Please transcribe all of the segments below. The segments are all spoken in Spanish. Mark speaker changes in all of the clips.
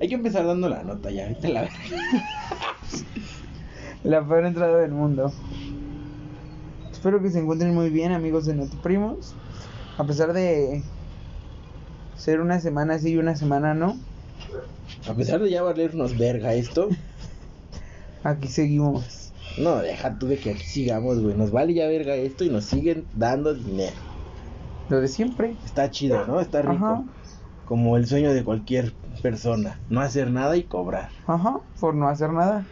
Speaker 1: Hay que empezar dando la nota ya, ahorita la verga.
Speaker 2: La peor entrada del mundo. Espero que se encuentren muy bien, amigos de Notiprimos. A pesar de ser una semana sí y una semana no,
Speaker 1: A pesar de ya valernos verga esto,
Speaker 2: aquí seguimos.
Speaker 1: no, deja tú de que aquí sigamos, güey. Nos vale ya verga esto y nos siguen dando dinero.
Speaker 2: Lo de siempre.
Speaker 1: Está chido, ¿no? Está rico.
Speaker 2: Ajá.
Speaker 1: Como el sueño de cualquier persona. No hacer nada y cobrar.
Speaker 2: Ajá, por no hacer nada.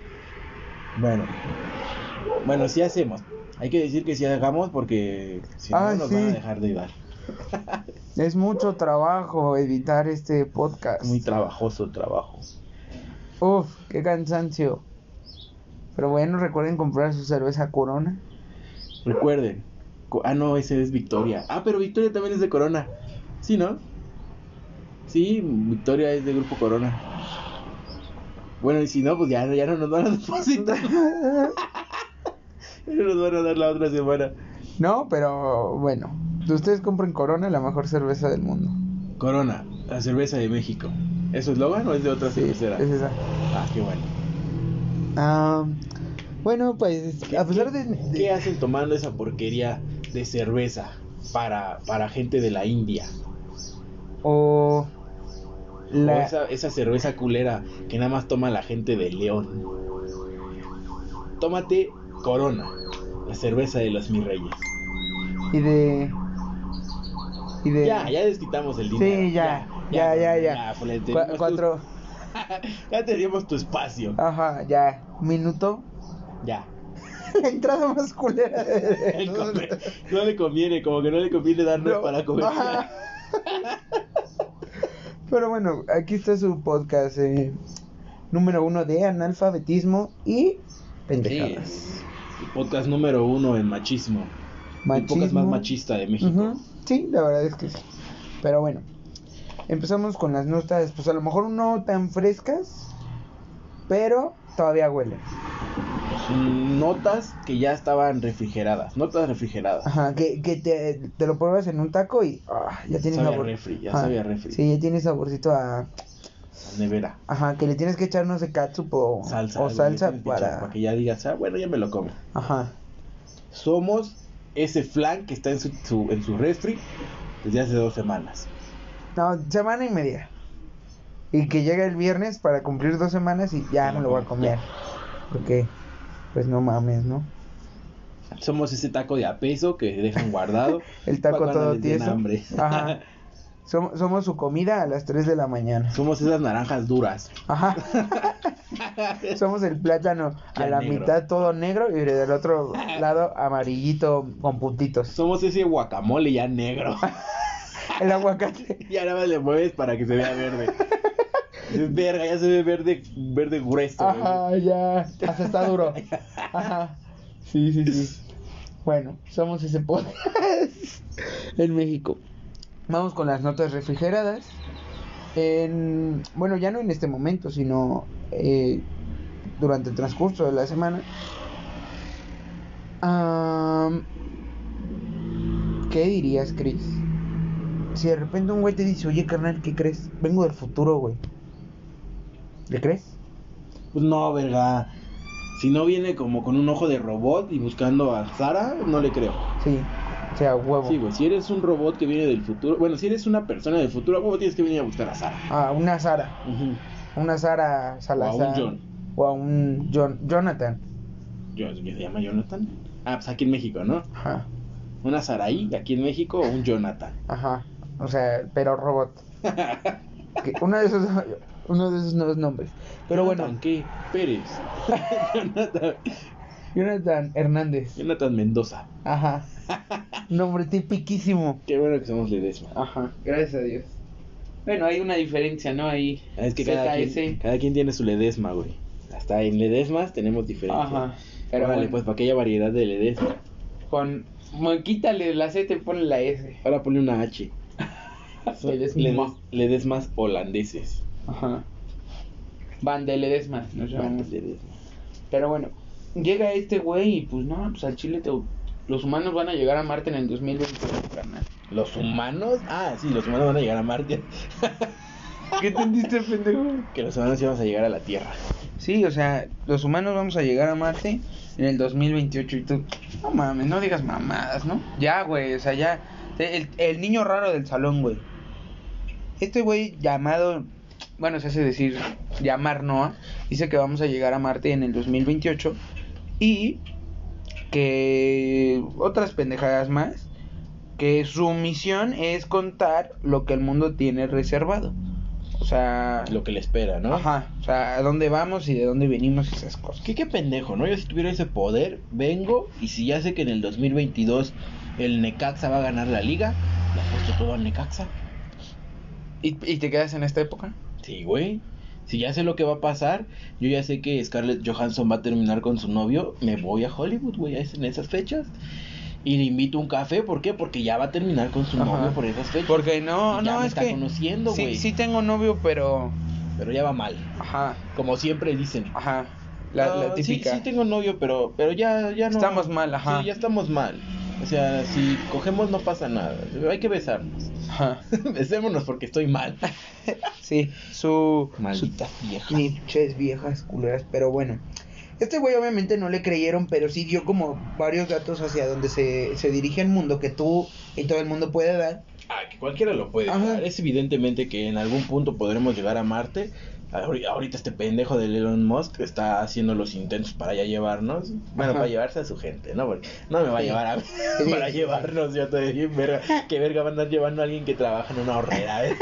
Speaker 1: Bueno. Bueno, sí hacemos. Hay que decir que sí hagamos porque si no
Speaker 2: Ay,
Speaker 1: nos
Speaker 2: sí.
Speaker 1: van a dejar de ayudar.
Speaker 2: Es mucho trabajo editar este podcast.
Speaker 1: Muy trabajoso el trabajo.
Speaker 2: Uf, qué cansancio. Pero bueno, recuerden comprar su cerveza Corona.
Speaker 1: Recuerden. co- Ah, no, ese es Victoria. Ah, pero Victoria también es de Corona. Sí, ¿no? Sí, Victoria es de Grupo Corona. Bueno, y si no, pues ya, ya no nos van a depositar. Ya no nos van a dar la otra semana.
Speaker 2: No, pero bueno, ustedes compren Corona, la mejor cerveza del mundo.
Speaker 1: Corona, la cerveza de México. ¿Es su eslogan o es de otra cervecera?
Speaker 2: es esa.
Speaker 1: Ah, qué bueno.
Speaker 2: Ah, bueno, pues
Speaker 1: ¿Qué-
Speaker 2: a pesar
Speaker 1: qué-
Speaker 2: de, de-
Speaker 1: ¿Qué hacen tomando esa porquería de cerveza para, para gente de la India? O
Speaker 2: o la
Speaker 1: esa, esa cerveza culera que nada más toma la gente de León. Tómate Corona, la cerveza de los mis reyes.
Speaker 2: y de y de
Speaker 1: Ya, ya desquitamos el dinero.
Speaker 2: Sí, ya, ya, ya, ya.
Speaker 1: pues, le
Speaker 2: Cua-
Speaker 1: tenemos tu-
Speaker 2: cuatro, Ah.
Speaker 1: ya teníamos tu espacio.
Speaker 2: ajá, ya, minuto.
Speaker 1: Ya.
Speaker 2: La entrada más culera de-
Speaker 1: Él come- no le conviene, como que no le conviene darnos
Speaker 2: No,
Speaker 1: para comer.
Speaker 2: ajá. Pero bueno, aquí está su podcast eh, número uno de analfabetismo y
Speaker 1: Sí,
Speaker 2: pendejadas.
Speaker 1: es el podcast número uno en machismo. El podcast más machista de México.
Speaker 2: Ujú, Sí, la verdad es que sí. Pero bueno, empezamos con las notas, pues a lo mejor no tan frescas, pero todavía huelen.
Speaker 1: Mm, Notas que ya estaban refrigeradas. Notas refrigeradas.
Speaker 2: Ajá, que, que te, te lo pruebas en un taco y ah, ya tiene
Speaker 1: Sabía
Speaker 2: sabor.
Speaker 1: refri, ya
Speaker 2: Ajá,
Speaker 1: sabía refri.
Speaker 2: Sí, ya tiene saborcito a...
Speaker 1: La nevera.
Speaker 2: Ajá, que le tienes que echar, no sé, catsup o
Speaker 1: Salsa.
Speaker 2: o
Speaker 1: algo,
Speaker 2: salsa
Speaker 1: le tienes que echar
Speaker 2: para...
Speaker 1: Para que ya digas, ah, bueno, ya me lo como.
Speaker 2: Ajá,
Speaker 1: Somos ese flan que está en su, su- en su refri desde hace dos semanas.
Speaker 2: no, semana y media. Y que llega el viernes para cumplir dos semanas y ya
Speaker 1: Ya
Speaker 2: me
Speaker 1: lo
Speaker 2: lo voy a
Speaker 1: comí, ya.
Speaker 2: comer. Porque, pues no mames, ¿no?
Speaker 1: Somos ese taco de apeso que dejan guardado.
Speaker 2: El taco
Speaker 1: para cuando
Speaker 2: todo
Speaker 1: les den
Speaker 2: tieso.
Speaker 1: hambre.
Speaker 2: Ajá. Som- Somos, su comida a las 3 de la mañana.
Speaker 1: Somos esas naranjas duras.
Speaker 2: Ajá. Somos el plátano a
Speaker 1: Ya
Speaker 2: la
Speaker 1: negro.
Speaker 2: mitad todo negro y del otro lado amarillito con puntitos.
Speaker 1: Somos ese guacamole ya negro.
Speaker 2: El aguacate.
Speaker 1: Y ahora le mueves para que se vea verde. Dices, verga, ya se ve verde, verde grueso. güey".
Speaker 2: Ajá, ya. Hasta está duro. Ajá. Sí, sí, sí. Bueno, somos ese podcast en México. Vamos con las notas refrigeradas. En- bueno, ya no en este momento, sino eh, durante el transcurso de la semana. Am, ¿Qué dirías, Chris? Si de repente un güey te dice, oye, carnal, ¿qué crees? Vengo del futuro, güey. ¿Le crees?
Speaker 1: Pues no, verga. Si no viene como con un ojo de robot y buscando a Sara, no le creo.
Speaker 2: Sí, o sea, huevo.
Speaker 1: Sí, güey, si eres un robot que viene del futuro, bueno, si eres una persona del futuro, ¿cómo tienes que venir a buscar a Sara?
Speaker 2: Ah, una Sara.
Speaker 1: Ujú.
Speaker 2: Una Sara Salazar.
Speaker 1: John.
Speaker 2: O a un John- Jonathan.
Speaker 1: Yo, yo se llama Jonathan. Ah, pues aquí en México, ¿no?
Speaker 2: Ajá.
Speaker 1: Una Saraí, aquí en México, o un Jonathan.
Speaker 2: Ajá. O sea, pero robot. Que uno de esos uno de esos nuevos nombres. Pero
Speaker 1: Jonathan,
Speaker 2: bueno,
Speaker 1: ¿qué? Pérez. Jonathan,
Speaker 2: Jonathan Hernández.
Speaker 1: Jonathan Mendoza.
Speaker 2: Ajá. Nombre tipiquísimo.
Speaker 1: Qué bueno que somos Ledesma. Ah,
Speaker 2: Ajá. Gracias a Dios. Bueno, hay una diferencia, ¿no? Ahí.
Speaker 1: Es que cada quien, cada quien tiene su Ledesma, güey. Hasta en Ledesmas tenemos diferencias. Ajá. Pero vale, pues para aquella variedad de Ledesma.
Speaker 2: con quítale la C te pone la S.
Speaker 1: Ahora ponle una H.
Speaker 2: Ledesma.
Speaker 1: Ledes- Ledesmas holandeses.
Speaker 2: Ajá. Van de Ledesma, nos
Speaker 1: Bandas
Speaker 2: llamamos.
Speaker 1: Ledesma.
Speaker 2: Pero bueno, llega este güey y pues no, pues al Chile te- los humanos van a llegar a Marte en el 2020, carnal.
Speaker 1: ¿Los humanos? Ah, sí, los humanos van a llegar a Marte.
Speaker 2: ¿Qué entendiste, pendejo?
Speaker 1: Que los humanos íbamos a llegar a la Tierra.
Speaker 2: Sí, o sea, los humanos vamos a llegar a Marte en el 2028 y tú, no mames, no digas mamadas, ¿no? Ya, güey, o sea, ya, el, el niño raro del salón, güey. Este güey llamado, bueno, se hace decir, llamar Noah, dice que vamos a llegar a Marte en el 2028 y que otras pendejadas más, que su misión es contar lo que el mundo tiene reservado. O sea,
Speaker 1: Lo que le espera, ¿no?
Speaker 2: Ajá, o sea, a dónde vamos y de dónde venimos y esas cosas.
Speaker 1: ¿Qué, qué pendejo, ¿no? Yo si tuviera ese poder, vengo y si ya sé que en el 2022 el Necaxa va a ganar la liga, le apuesto todo al Necaxa.
Speaker 2: ¿Y, y te quedas en esta época?
Speaker 1: Sí, güey. Si ya sé lo que va a pasar, yo ya sé que Scarlett Johansson va a terminar con su novio, me voy a Hollywood, güey, es en esas fechas. Y le invito un café, ¿por qué? Porque ya va a terminar con su
Speaker 2: Ajá.
Speaker 1: novio por esas fechas.
Speaker 2: Porque no,
Speaker 1: Ya
Speaker 2: no,
Speaker 1: me
Speaker 2: es
Speaker 1: está
Speaker 2: que.
Speaker 1: conociendo,
Speaker 2: sí,
Speaker 1: güey.
Speaker 2: sí tengo novio, pero.
Speaker 1: Pero ya va mal.
Speaker 2: Ajá,
Speaker 1: Como siempre dicen.
Speaker 2: ajá. La, la
Speaker 1: "Ah, sí,
Speaker 2: típica.
Speaker 1: Sí, tengo novio, pero, pero ya, ya no.
Speaker 2: Estamos mal, ajá.
Speaker 1: Sí, ya estamos mal. O sea, si cogemos no pasa nada. Hay que besarnos.
Speaker 2: Ajá.
Speaker 1: Besémonos porque estoy mal.
Speaker 2: Sí, su.
Speaker 1: Maldita vieja.
Speaker 2: Niches viejas culeras, pero bueno. Este güey obviamente no le creyeron, pero sí dio como varios datos hacia donde se, se dirige el mundo que tú y todo el mundo puede dar.
Speaker 1: Ah, que cualquiera lo puede.
Speaker 2: Ajá.
Speaker 1: dar. Es evidentemente que en algún punto podremos llegar a Marte. Ahori- Ahorita este pendejo de Elon Musk está haciendo los intentos para ya llevarnos. Bueno,
Speaker 2: Ajá.
Speaker 1: para llevarse a su gente, ¿no? Porque no me va a
Speaker 2: Sí.
Speaker 1: llevar a mí para llevarnos. Yo te dije, verga, qué verga va a andar llevando a alguien que trabaja en una horrera. ¿eh?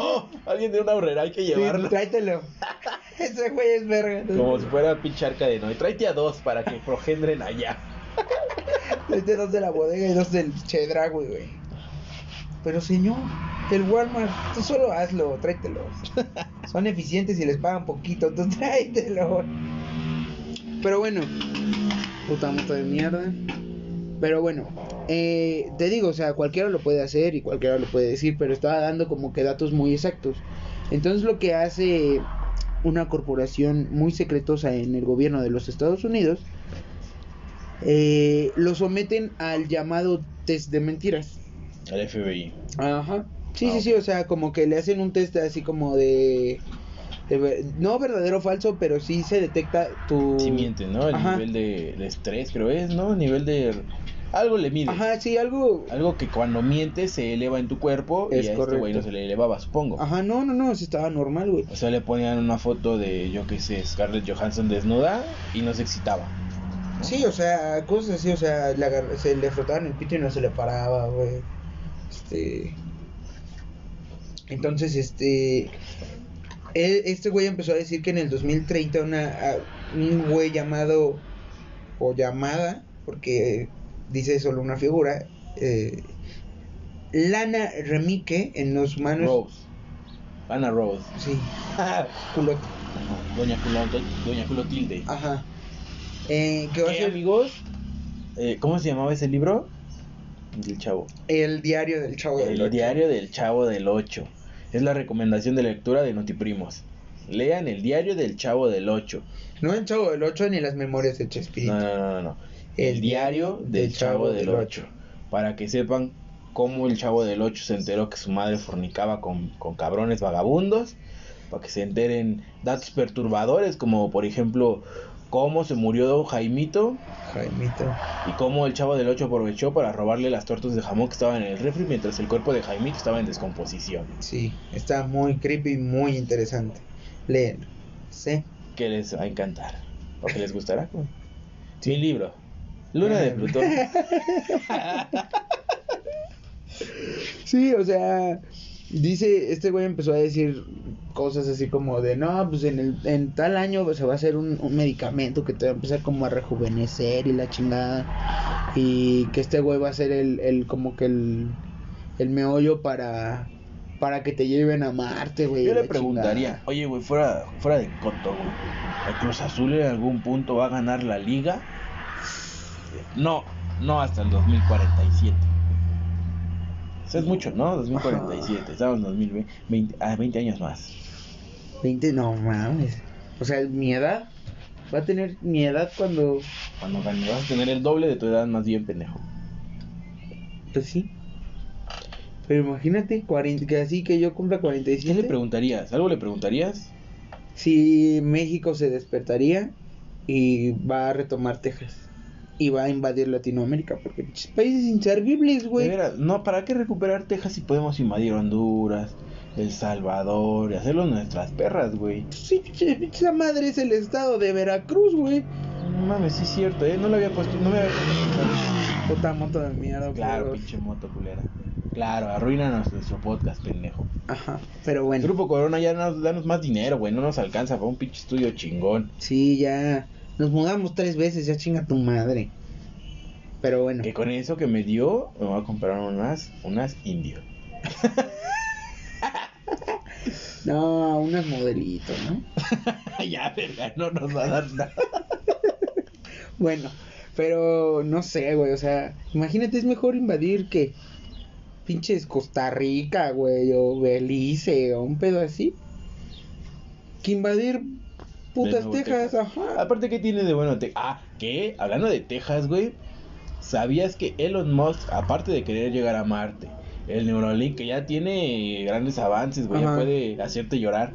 Speaker 1: Oh, alguien de una horrera hay que llevarlo.
Speaker 2: tráetelo. Ese güey es verga.
Speaker 1: Como si fuera picharca de no. Y tráete a dos para que progendren allá.
Speaker 2: Este dos de la bodega y dos del Chedragui, güey. Pero señor, el Walmart, tú solo hazlo, tráetelo. Son eficientes y les pagan poquito, tú tráetelo. Pero bueno, puta moto de mierda. Pero bueno, eh, te digo, o sea, cualquiera lo puede hacer y cualquiera lo puede decir, pero estaba dando como que datos muy exactos. Entonces lo que hace una corporación muy secretosa en el gobierno de los Estados Unidos eh, lo someten al llamado test de mentiras.
Speaker 1: Al FBI.
Speaker 2: Ajá. Sí,
Speaker 1: Ah,
Speaker 2: sí, sí, o sea, como que le hacen un test así como de... de ver- no verdadero o falso, pero sí se detecta tu...
Speaker 1: Sí miente, ¿no? El
Speaker 2: Ajá.
Speaker 1: nivel de, de estrés, creo es, ¿no? Nivel de... Algo le mide.
Speaker 2: Ajá, sí, algo...
Speaker 1: Algo que cuando mientes se eleva en tu cuerpo
Speaker 2: Es
Speaker 1: y a este
Speaker 2: correcto.
Speaker 1: güey no se le elevaba, supongo.
Speaker 2: Ajá, no, no, no, sí estaba normal, güey.
Speaker 1: O sea, le ponían una foto de, yo qué sé, Scarlett Johansson desnuda y no se excitaba.
Speaker 2: Sí, o sea, cosas así, o sea, le agar- se le frotaban el pito y no se le paraba, güey. Este. Entonces, este. e- Este güey empezó a decir que en el 2030 una, a- un güey llamado. O llamada, porque dice solo una figura. eh, Lana Remique en los manos.
Speaker 1: Rose. Ana Rose.
Speaker 2: Sí, culote.
Speaker 1: Doña, Culo- Doña Culotilde.
Speaker 2: Ajá. Eh, que va a
Speaker 1: ¿Qué,
Speaker 2: ser
Speaker 1: amigos? Eh, ¿Cómo se llamaba ese libro? Del chavo.
Speaker 2: el diario del chavo del
Speaker 1: El
Speaker 2: Ocho.
Speaker 1: diario del Chavo del 8. Es la recomendación de lectura de Notiprimos. Lean el diario del Chavo del 8.
Speaker 2: No el Chavo del 8 ni las memorias de Chespirito.
Speaker 1: No, no, no, no, no. El diario del Chavo del 8. Para que sepan cómo el Chavo del 8 se enteró que su madre fornicaba con, con cabrones vagabundos. Para que se enteren datos perturbadores como por ejemplo cómo se murió don Jaimito
Speaker 2: Jaimito.
Speaker 1: y cómo el Chavo del 8 aprovechó para robarle las tortas de jamón que estaban en el refri mientras el cuerpo de Jaimito estaba en descomposición.
Speaker 2: Sí, está muy creepy, muy interesante. Léelo. Sí.
Speaker 1: que les va a encantar o que les gustará. Mi libro, Luna de Plutón.
Speaker 2: Sí, o sea, dice, este güey empezó a decir cosas así como de, no, pues en, el, en tal año pues, se va a hacer un, un medicamento que te va a empezar como a rejuvenecer y la chingada. Y que este güey va a ser el, el como que el, el meollo para, para que te lleven a Marte, güey.
Speaker 1: Yo
Speaker 2: y
Speaker 1: le
Speaker 2: la
Speaker 1: preguntaría,
Speaker 2: chingada.
Speaker 1: oye, güey, fuera, fuera de coto, güey, ¿el Cruz Azul en algún punto va a ganar la liga? No, no hasta el 2047. Eso es mucho, ¿no? 2047, estamos en 2020, 20, ah, 20 años más.
Speaker 2: 20, no mames. O sea, mi edad. Va a tener mi edad cuando.
Speaker 1: Cuando gane, vas a tener el doble de tu edad más bien, pendejo.
Speaker 2: Pues sí. Pero imagínate, 40, que así que yo cumpla
Speaker 1: ¿Qué le
Speaker 2: 47.
Speaker 1: preguntarías? ¿Algo le preguntarías?
Speaker 2: si México se despertaría y va a retomar Texas y va a invadir Latinoamérica, porque pinches países inservibles,
Speaker 1: De
Speaker 2: güey.
Speaker 1: veras, no, ¿para qué recuperar Texas si podemos invadir Honduras, El Salvador y hacerlo nuestras perras, güey?
Speaker 2: Sí, pinche- pinche esa madre es el estado de Veracruz, güey.
Speaker 1: No mames, sí es cierto, ¿eh? No lo había puesto, no me había puesto.
Speaker 2: Puta moto de mierda,
Speaker 1: Claro,
Speaker 2: pero-
Speaker 1: pinche moto culera. Claro, arruínanos nuestro podcast, pendejo.
Speaker 2: Ajá, pero
Speaker 1: El
Speaker 2: bueno.
Speaker 1: grupo Corona ya nos danos más dinero, güey. No nos alcanza para un pinche estudio chingón.
Speaker 2: Sí, ya. Nos mudamos tres veces, ya chinga tu madre. Pero bueno.
Speaker 1: Que con eso que me dio, me voy a comprar unas, unas indio.
Speaker 2: No, unas modelitos, ¿no?
Speaker 1: ya, verga, no nos va a dar nada.
Speaker 2: Bueno, pero no sé, güey, o sea, imagínate, es mejor invadir que pinches Costa Rica, güey, o Belice, o un pedo así, que invadir
Speaker 1: De
Speaker 2: putas
Speaker 1: nuevo
Speaker 2: Texas, ajá.
Speaker 1: Aparte, ¿qué tiene de bueno Texas? Ah, ¿qué? Hablando de Texas, güey. ¿Sabías que Elon Musk, aparte de querer llegar a Marte, el Neuralink, que ya tiene grandes avances, güey, ya
Speaker 2: Ajá.
Speaker 1: puede hacerte llorar.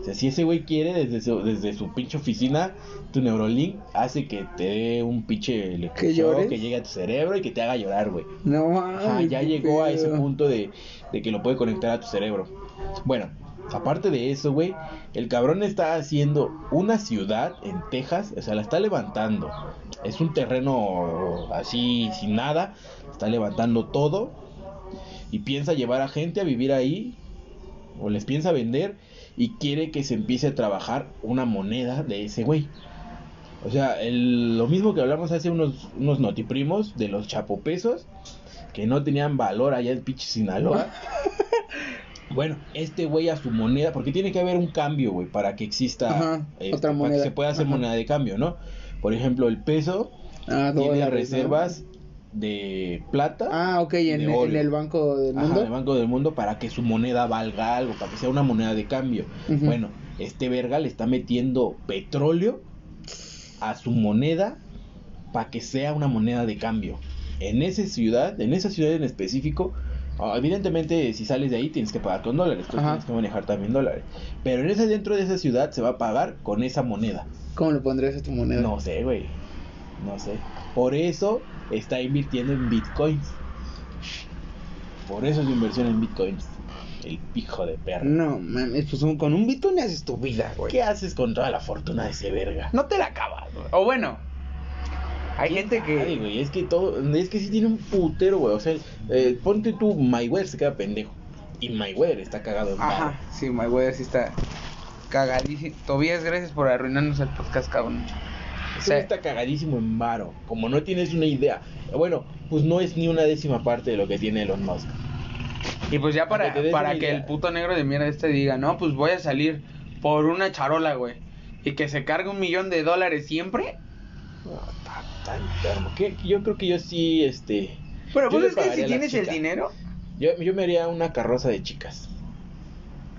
Speaker 1: O sea, si ese güey quiere desde su, desde su pinche oficina, tu Neuralink hace que te dé un pinche electroshock,
Speaker 2: llores?
Speaker 1: que llegue a tu cerebro y que te haga llorar, güey.
Speaker 2: No
Speaker 1: Ajá,
Speaker 2: mames,
Speaker 1: Ah, ya
Speaker 2: qué
Speaker 1: llegó a ese
Speaker 2: pedo.
Speaker 1: punto de, de que lo puede conectar a tu cerebro. Bueno, aparte de eso, güey, el cabrón está haciendo una ciudad en Texas, o sea, la está levantando. Es un terreno así, sin nada, está levantando todo y piensa llevar a gente a vivir ahí o les piensa vender y quiere que se empiece a trabajar una moneda de ese güey. O sea, el- lo mismo que hablamos hace unos, unos notiprimos de los chapopesos que no tenían valor allá en pinche Sinaloa. bueno, este güey a su moneda, porque tiene que haber un cambio, güey, para que exista,
Speaker 2: Ajá,
Speaker 1: este,
Speaker 2: otra
Speaker 1: para
Speaker 2: moneda.
Speaker 1: que se pueda hacer
Speaker 2: Ajá.
Speaker 1: moneda de cambio, ¿no? Por ejemplo, el peso
Speaker 2: Ah,
Speaker 1: tiene
Speaker 2: dólares, ¿no?
Speaker 1: reservas de plata.
Speaker 2: Ah, ok, en,
Speaker 1: de
Speaker 2: en
Speaker 1: oro.
Speaker 2: el Banco del
Speaker 1: Ajá,
Speaker 2: Mundo.
Speaker 1: del Banco del Mundo para que su moneda valga algo, para que sea una moneda de cambio.
Speaker 2: Ujú.
Speaker 1: Bueno, este verga le está metiendo petróleo a su moneda para que sea una moneda de cambio. En esa ciudad, en esa ciudad en específico, ah, evidentemente si sales de ahí tienes que pagar con dólares, tú
Speaker 2: Ajá.
Speaker 1: tienes que manejar también dólares. Pero en esa, dentro de esa ciudad se va a pagar con esa moneda.
Speaker 2: ¿Cómo le pondrías a tu moneda?
Speaker 1: No sé, güey. No sé. Por eso está invirtiendo en bitcoins. Por eso es inversión en bitcoins. El pijo de perro.
Speaker 2: No, mames, pues un- con un Bitcoin haces tu vida, güey.
Speaker 1: ¿Qué haces con toda la fortuna de ese verga?
Speaker 2: No te la acabas, güey. O bueno, hay gente que...
Speaker 1: Ay, güey, es que todo. Es que sí tiene un putero, güey. O sea, eh, ponte tú, Mayweather se queda pendejo. Y Mayweather está cagado en barro.
Speaker 2: Ajá, sí, my güey, así está cagadísimo. Tobías, gracias por arruinarnos el podcast, cabrón. O
Speaker 1: Ese
Speaker 2: sea,
Speaker 1: güey está cagadísimo en varo. Como no tienes una idea. Bueno, pues no es ni una décima parte de lo que tiene Elon Musk.
Speaker 2: y pues ya para,
Speaker 1: Para que te des
Speaker 2: para
Speaker 1: una
Speaker 2: que
Speaker 1: idea.
Speaker 2: el puto negro de mierda este diga, no, pues voy a salir por una charola, güey. Y que se cargue un millón de dólares siempre.
Speaker 1: No, está tan enfermo. ¿Qué? Yo creo que yo sí, este.
Speaker 2: Pero
Speaker 1: Yo
Speaker 2: pues
Speaker 1: le
Speaker 2: es que
Speaker 1: pagaría
Speaker 2: si
Speaker 1: a la
Speaker 2: tienes el
Speaker 1: chica.
Speaker 2: dinero,
Speaker 1: Yo, yo me haría una carroza de chicas.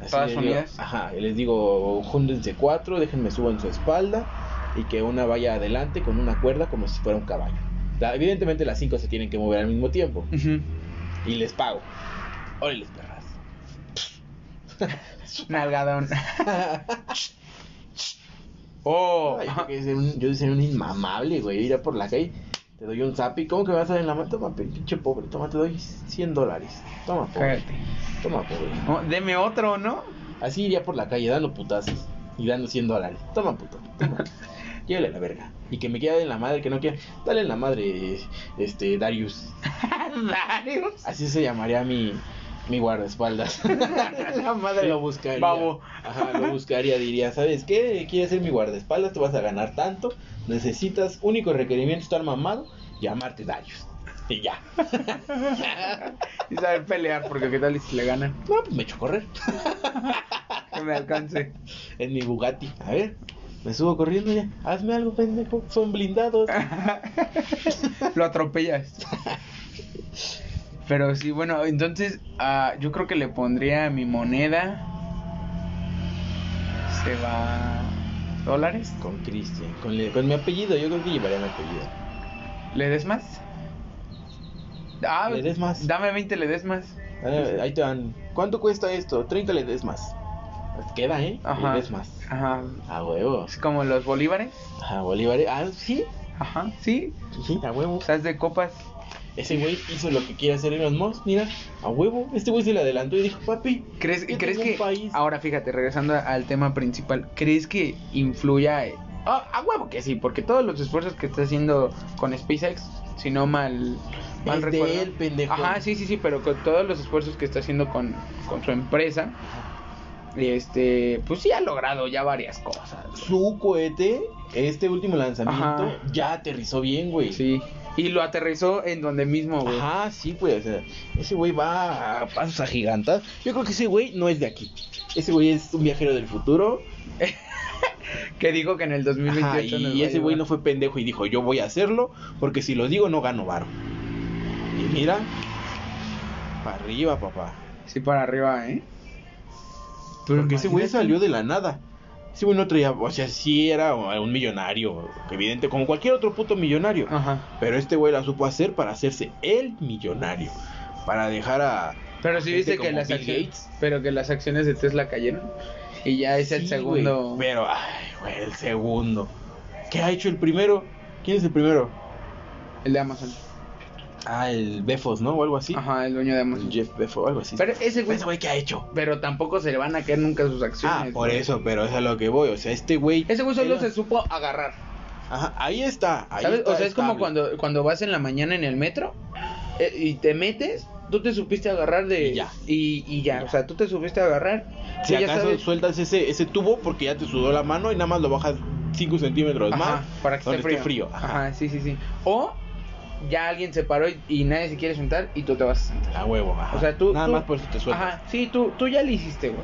Speaker 1: Así
Speaker 2: ¿Todas
Speaker 1: les digo-
Speaker 2: unidas?
Speaker 1: Ajá, y les digo, júntense cuatro, déjenme subo en su espalda y que una vaya adelante con una cuerda como si fuera un caballo. La- evidentemente las cinco se tienen que mover al mismo tiempo
Speaker 2: ujú,
Speaker 1: y les pago. Órale, perras.
Speaker 2: nalgadón. oh,
Speaker 1: Ay,
Speaker 2: ajá.
Speaker 1: yo sería un, yo sería un inmamable, güey. Iría por la calle, te doy un zap y ¿cómo que me vas a dar en la mano? Toma, pinche pobre, toma, te doy 100 dólares. Toma, pobre.
Speaker 2: cágate.
Speaker 1: Toma, pobre.
Speaker 2: No, Oh, deme otro, ¿no?
Speaker 1: Así iría por la calle dando putazos y dando 100 dólares. Toma, puto. Toma. Llévale a la verga. Y que me quede en la madre, que no quiera. Dale en la madre, este, Darius.
Speaker 2: Darius.
Speaker 1: Así se llamaría mi, mi guardaespaldas.
Speaker 2: La madre.
Speaker 1: lo buscaría.
Speaker 2: Babo.
Speaker 1: Ajá, lo buscaría. Diría, ¿sabes qué? Quieres ser mi guardaespaldas, te vas a ganar tanto. Necesitas, único requerimiento, estar mamado llamarte Darius. Y ya.
Speaker 2: Y saber pelear, porque qué tal y si le ganan.
Speaker 1: No, pues me echo a correr.
Speaker 2: Que me alcance.
Speaker 1: En mi Bugatti. A ver, me subo corriendo ya. Hazme algo, pendejo. Son blindados.
Speaker 2: Lo atropellas. Pero sí, bueno, entonces ah, yo creo que le pondría a mi moneda. Se va. ¿Dólares?
Speaker 1: Con Cristian, con, le- con mi apellido, yo creo que llevaría mi apellido.
Speaker 2: ¿Le des más? Ah,
Speaker 1: Le des más.
Speaker 2: Dame 20 le des más.
Speaker 1: Dale, Ahí te van. ¿Cuánto cuesta esto? 30 le des más. Pues Queda, ¿eh?
Speaker 2: Ajá.
Speaker 1: Le des más.
Speaker 2: Ajá.
Speaker 1: A huevo.
Speaker 2: Es como los bolívares.
Speaker 1: A Bolívar. Ah, sí.
Speaker 2: Ajá. Sí.
Speaker 1: Sí, a huevo.
Speaker 2: Estás de copas.
Speaker 1: Ese güey hizo lo que quiere hacer Elon Musk. Mira, a huevo. Este güey se le adelantó y dijo, papi.
Speaker 2: ¿Crees,
Speaker 1: yo
Speaker 2: ¿crees
Speaker 1: tengo
Speaker 2: que...
Speaker 1: un país.
Speaker 2: Ahora fíjate, regresando al tema principal, ¿crees que influya... eh, ah, a huevo que sí, porque todos los esfuerzos que está haciendo con SpaceX, si no mal, mal
Speaker 1: Es de
Speaker 2: recuerdo-
Speaker 1: él, pendejo.
Speaker 2: Ajá, sí, sí, sí, pero con todos los esfuerzos que está haciendo con, con su empresa, este, pues sí ha logrado ya varias cosas.
Speaker 1: Su cohete, este último lanzamiento,
Speaker 2: Ajá.
Speaker 1: ya aterrizó bien, güey.
Speaker 2: Sí. Y lo aterrizó en donde mismo, güey.
Speaker 1: Ajá, sí, güey. O sea, ese güey va a pasos agigantados. Yo creo que ese güey no es de aquí. Ese güey es un viajero del futuro.
Speaker 2: Que dijo que en el
Speaker 1: Ajá,
Speaker 2: 2028 nos va
Speaker 1: y
Speaker 2: a
Speaker 1: ese güey
Speaker 2: llevar.
Speaker 1: no fue pendejo y dijo, yo voy a hacerlo, porque si lo digo no gano varo. Y mira, para arriba, papá.
Speaker 2: Sí, para arriba, ¿eh?
Speaker 1: Porque ese güey
Speaker 2: Imagínate.
Speaker 1: salió de la nada. Ese güey no traía, o sea, sí era un millonario, evidente, como cualquier otro puto millonario.
Speaker 2: Ajá.
Speaker 1: Pero este güey la supo hacer para hacerse el millonario. Para dejar a...
Speaker 2: Pero sí
Speaker 1: gente
Speaker 2: viste que
Speaker 1: como
Speaker 2: las
Speaker 1: Bill
Speaker 2: acciones,
Speaker 1: Gates.
Speaker 2: pero que las acciones de Tesla cayeron y ya es el
Speaker 1: Sí,
Speaker 2: segundo.
Speaker 1: güey, pero, ay, güey, el segundo. ¿Qué ha hecho el primero? ¿Quién es el primero?
Speaker 2: el de Amazon.
Speaker 1: Ah, el Befos, ¿no? O algo así.
Speaker 2: Ajá, el dueño de Amazon.
Speaker 1: Jeff Bezos o algo así.
Speaker 2: Pero ese güey,
Speaker 1: qué ha hecho?
Speaker 2: pero tampoco se le van a caer nunca sus acciones.
Speaker 1: Ah, por
Speaker 2: güey.
Speaker 1: eso, pero es a lo que voy. O sea, este güey.
Speaker 2: Ese güey solo
Speaker 1: Elon-
Speaker 2: se supo agarrar.
Speaker 1: Ajá, ahí está. Ahí
Speaker 2: ¿Sabes?
Speaker 1: está
Speaker 2: o sea, es como
Speaker 1: estable.
Speaker 2: cuando cuando vas en la mañana en el metro eh, y te metes, tú te supiste agarrar de
Speaker 1: Y ya.
Speaker 2: y, y ya, o sea, tú te supiste agarrar.
Speaker 1: Si
Speaker 2: Tú ya
Speaker 1: acaso
Speaker 2: sabes-
Speaker 1: sueltas ese, ese tubo porque ya te sudó la mano y nada más lo bajas 5 centímetros
Speaker 2: Ajá,
Speaker 1: más.
Speaker 2: para que
Speaker 1: donde
Speaker 2: esté frío.
Speaker 1: Ajá.
Speaker 2: Ajá. sí, sí, sí. O ya alguien se paró y, y nadie se quiere sentar y tú te vas a sentar.
Speaker 1: A huevo, ajá.
Speaker 2: O sea, tú.
Speaker 1: Nada
Speaker 2: tú-
Speaker 1: más por eso te sueltas.
Speaker 2: Ajá, sí, tú, tú ya le hiciste, güey.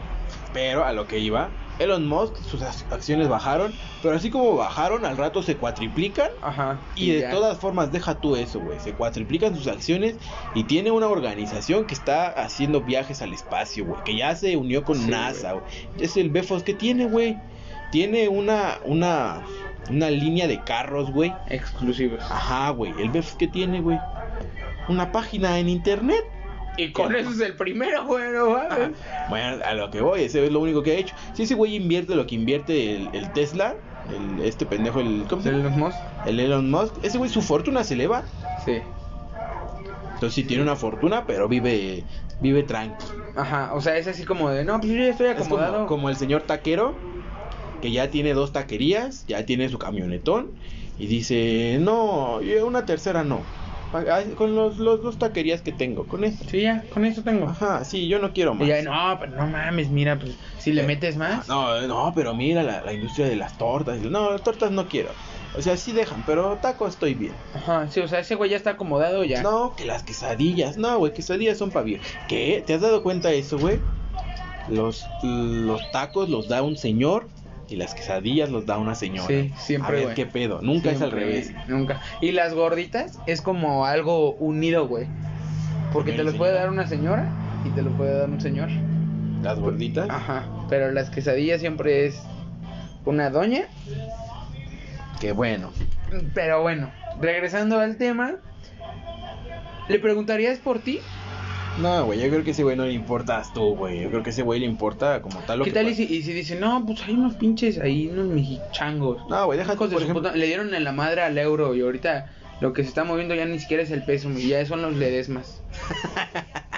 Speaker 1: Pero a lo que iba, Elon Musk, sus ac- acciones bajaron. Pero así como bajaron, al rato se cuatriplican.
Speaker 2: Ajá.
Speaker 1: Y de
Speaker 2: ya.
Speaker 1: todas formas, deja tú eso, güey. Se cuatriplican sus acciones y tiene una organización que está haciendo viajes al espacio, güey. Que ya se unió con
Speaker 2: Sí,
Speaker 1: NASA, güey. Es el Befos que tiene, güey. Tiene una, una, una línea de carros, güey.
Speaker 2: Exclusivas.
Speaker 1: Ajá, güey. El Befos que tiene, güey. Una página en internet.
Speaker 2: Y con eso es el primero, güey, no mames.
Speaker 1: Bueno, a lo que voy, ese es lo único que ha hecho. Si ese güey invierte lo que invierte el, el Tesla, el, este pendejo, el, ¿cómo se llama?
Speaker 2: los Moss?
Speaker 1: el Elon Musk, ese güey su fortuna se eleva.
Speaker 2: Sí.
Speaker 1: Entonces sí tiene una fortuna, pero vive vive tranqui.
Speaker 2: Ajá, o sea, es así como de, no, pues yo ya estoy
Speaker 1: Es como,
Speaker 2: acomodado.
Speaker 1: como el señor taquero que ya tiene dos taquerías, ya tiene su camionetón y dice, "No, yo una tercera no. Ah, Con los, los dos taquerías que tengo, con eso."
Speaker 2: Sí, ya, con eso tengo.
Speaker 1: Ajá, sí, yo no quiero más.
Speaker 2: Y ya, no, pero no mames, mira, pues si le
Speaker 1: Eh,
Speaker 2: metes más.
Speaker 1: No, no, pero mira la, la industria de las tortas. No, las tortas no quiero. O sea, sí dejan, pero taco estoy bien.
Speaker 2: Ajá, sí, o sea, ese güey ya está acomodado ya.
Speaker 1: No, que las quesadillas. No, güey, quesadillas son para viejos. ¿Qué? ¿Te has dado cuenta de eso, güey? Los, los tacos los da un señor y las quesadillas los da una señora.
Speaker 2: Sí, siempre,
Speaker 1: A ver
Speaker 2: güey.
Speaker 1: qué pedo. Nunca es al
Speaker 2: Siempre,
Speaker 1: revés.
Speaker 2: Nunca. Y las gorditas es como algo unido, güey. Porque
Speaker 1: También
Speaker 2: te los
Speaker 1: señora.
Speaker 2: puede dar una señora y te lo puede dar un señor.
Speaker 1: Las gorditas.
Speaker 2: Ajá. Pero las quesadillas siempre es una doña.
Speaker 1: Qué bueno.
Speaker 2: Pero bueno, regresando al tema, ¿le preguntarías por ti?
Speaker 1: No, güey, yo creo que ese güey no le importas tú, güey. Yo creo que ese güey le importa como tal lo
Speaker 2: ¿Qué
Speaker 1: que
Speaker 2: tal
Speaker 1: pasa.
Speaker 2: y si, y si dice, no, pues hay unos pinches ahí, unos mexichangos?
Speaker 1: No, güey, deja tú,
Speaker 2: Hijos de
Speaker 1: por
Speaker 2: su
Speaker 1: ejemplo-
Speaker 2: puta- le dieron en la madre al euro y ahorita lo que se está moviendo ya ni siquiera es el peso, ya son los ledesmas.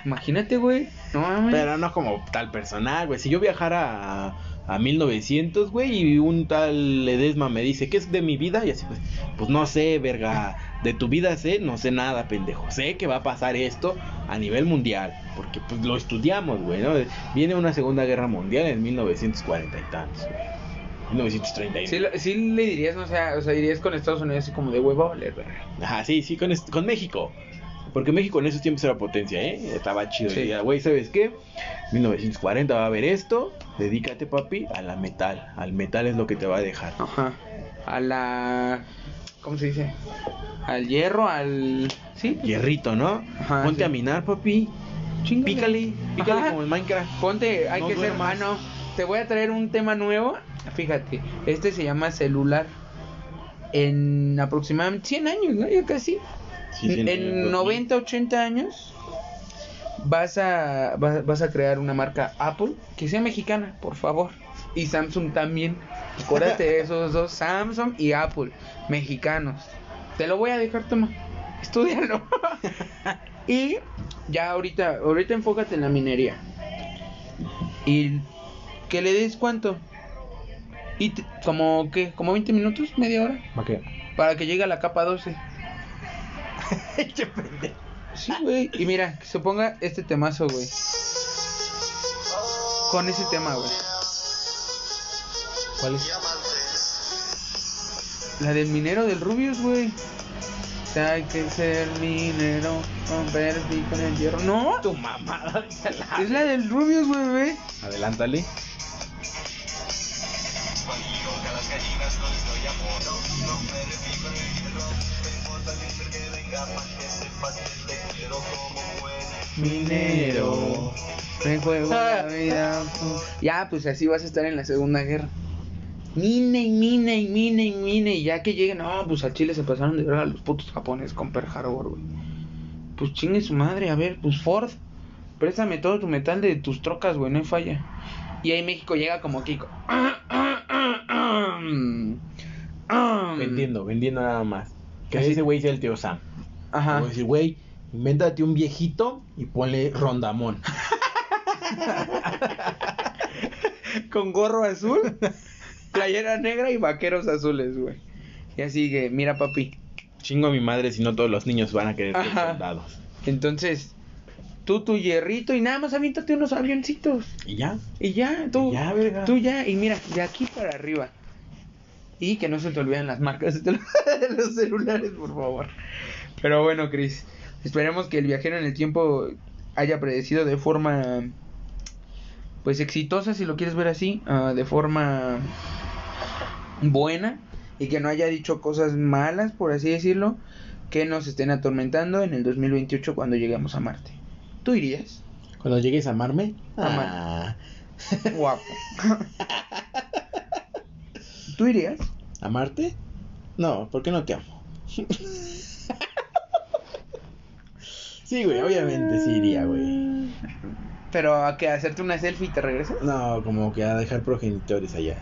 Speaker 2: Imagínate, güey. No mames.
Speaker 1: Pero no como tal personal, güey. Si yo viajara a, a 1900, güey, y un tal Ledesma me dice, ¿qué es de mi vida? Y así, pues, pues no sé, verga. De tu vida sé, no sé nada, pendejo. Sé que va a pasar esto a nivel mundial. Porque pues lo estudiamos, güey, ¿no? Viene una segunda guerra mundial en 1940 y tantos, güey. 1930 y
Speaker 2: Sí, lo- sí le dirías, no, o sea, o sea, irías con Estados Unidos así como de güey, va a valer, verga.
Speaker 1: Ajá, sí, sí, con, est- con México. Porque México en esos tiempos era potencia, ¿eh? Estaba chido.
Speaker 2: Sí.
Speaker 1: Y ya, Güey, ¿sabes qué? 1940 va a haber esto. Dedícate, papi, a la metal. Al metal es lo que te va a dejar.
Speaker 2: Ajá. A la. ¿Cómo se dice? Al hierro, al. Sí. pues,
Speaker 1: Hierrito, ¿no?
Speaker 2: Ajá,
Speaker 1: Ponte
Speaker 2: sí.
Speaker 1: a minar, papi.
Speaker 2: Chingale.
Speaker 1: Pícale, pícale
Speaker 2: Ajá.
Speaker 1: como en Minecraft.
Speaker 2: Ponte, hay
Speaker 1: No
Speaker 2: que ser.
Speaker 1: duermas.
Speaker 2: Ah, no. Te voy a traer un tema nuevo. Fíjate, este se llama celular. En aproximadamente 100 años, ¿no? Ya casi.
Speaker 1: Sí, sí, en
Speaker 2: en 90, 80 años vas a, vas, vas a crear una marca Apple que sea mexicana, por favor. Y Samsung también. Acuérdate de esos dos, Samsung y Apple, mexicanos. Te lo voy a dejar, toma. Estudialo. y ya ahorita, ahorita enfócate en la minería. Y que le des cuánto. Y te- como que, como 20 minutos, media hora,
Speaker 1: ¿Para qué?
Speaker 2: para que llegue a la capa 12.
Speaker 1: Che pendejo.
Speaker 2: Sí, güey. Y mira, que se ponga este temazo, güey. Con ese tema, güey. ¿Cuál es? La del minero del Rubius, güey. O sea, Hay que ser minero, romper el pico en el hierro. No,
Speaker 1: Tu mamada. dice la-
Speaker 2: es la del Rubius, güey, güey.
Speaker 1: Adelántale.
Speaker 2: Minero. Me juego la vida. Ya, pues así vas a estar en la Segunda Guerra. Mine y mine y mine y mine. Y ya que lleguen, no, pues a Chile se pasaron de ver a los putos japoneses con Pearl Harbor, güey. Pues chingue su madre, a ver, pues Ford, préstame todo tu metal de tus trocas, güey, no hay falla. Y ahí México llega como Kiko.
Speaker 1: Vendiendo, vendiendo nada más. Que
Speaker 2: Así-
Speaker 1: ese güey sea el tío Sam.
Speaker 2: Ajá.
Speaker 1: Voy a decir, güey, invéntate un viejito y ponle rondamón.
Speaker 2: con gorro azul, playera negra y vaqueros azules, güey. Y así que, mira, papi.
Speaker 1: Chingo a mi madre si no todos los niños van a querer ser
Speaker 2: Ajá.
Speaker 1: soldados.
Speaker 2: Entonces, tú tu hierrito y nada más aviéntate unos avioncitos.
Speaker 1: ¿Y ya?
Speaker 2: Y ya, tú.
Speaker 1: Y ya, verga.
Speaker 2: Tú ya, y mira, de aquí para arriba. Y que no se te olviden las marcas de los- de los celulares, por favor. Pero bueno, Chris, esperemos que el viajero en el tiempo haya predecido de forma, pues exitosa, si lo quieres ver así, ah, de forma buena y que no haya dicho cosas malas, por así decirlo, que nos estén atormentando en el 2028 cuando lleguemos a Marte. ¿Tú irías?
Speaker 1: Cuando llegues a amarme.
Speaker 2: Amar.
Speaker 1: Ah,
Speaker 2: Guapo. ¿Tú irías?
Speaker 1: ¿Amarte? No, ¿por qué no te amo? sí, güey, obviamente sí iría, güey.
Speaker 2: Pero a que hacerte una selfie y te regresas.
Speaker 1: No, como que a dejar progenitores allá.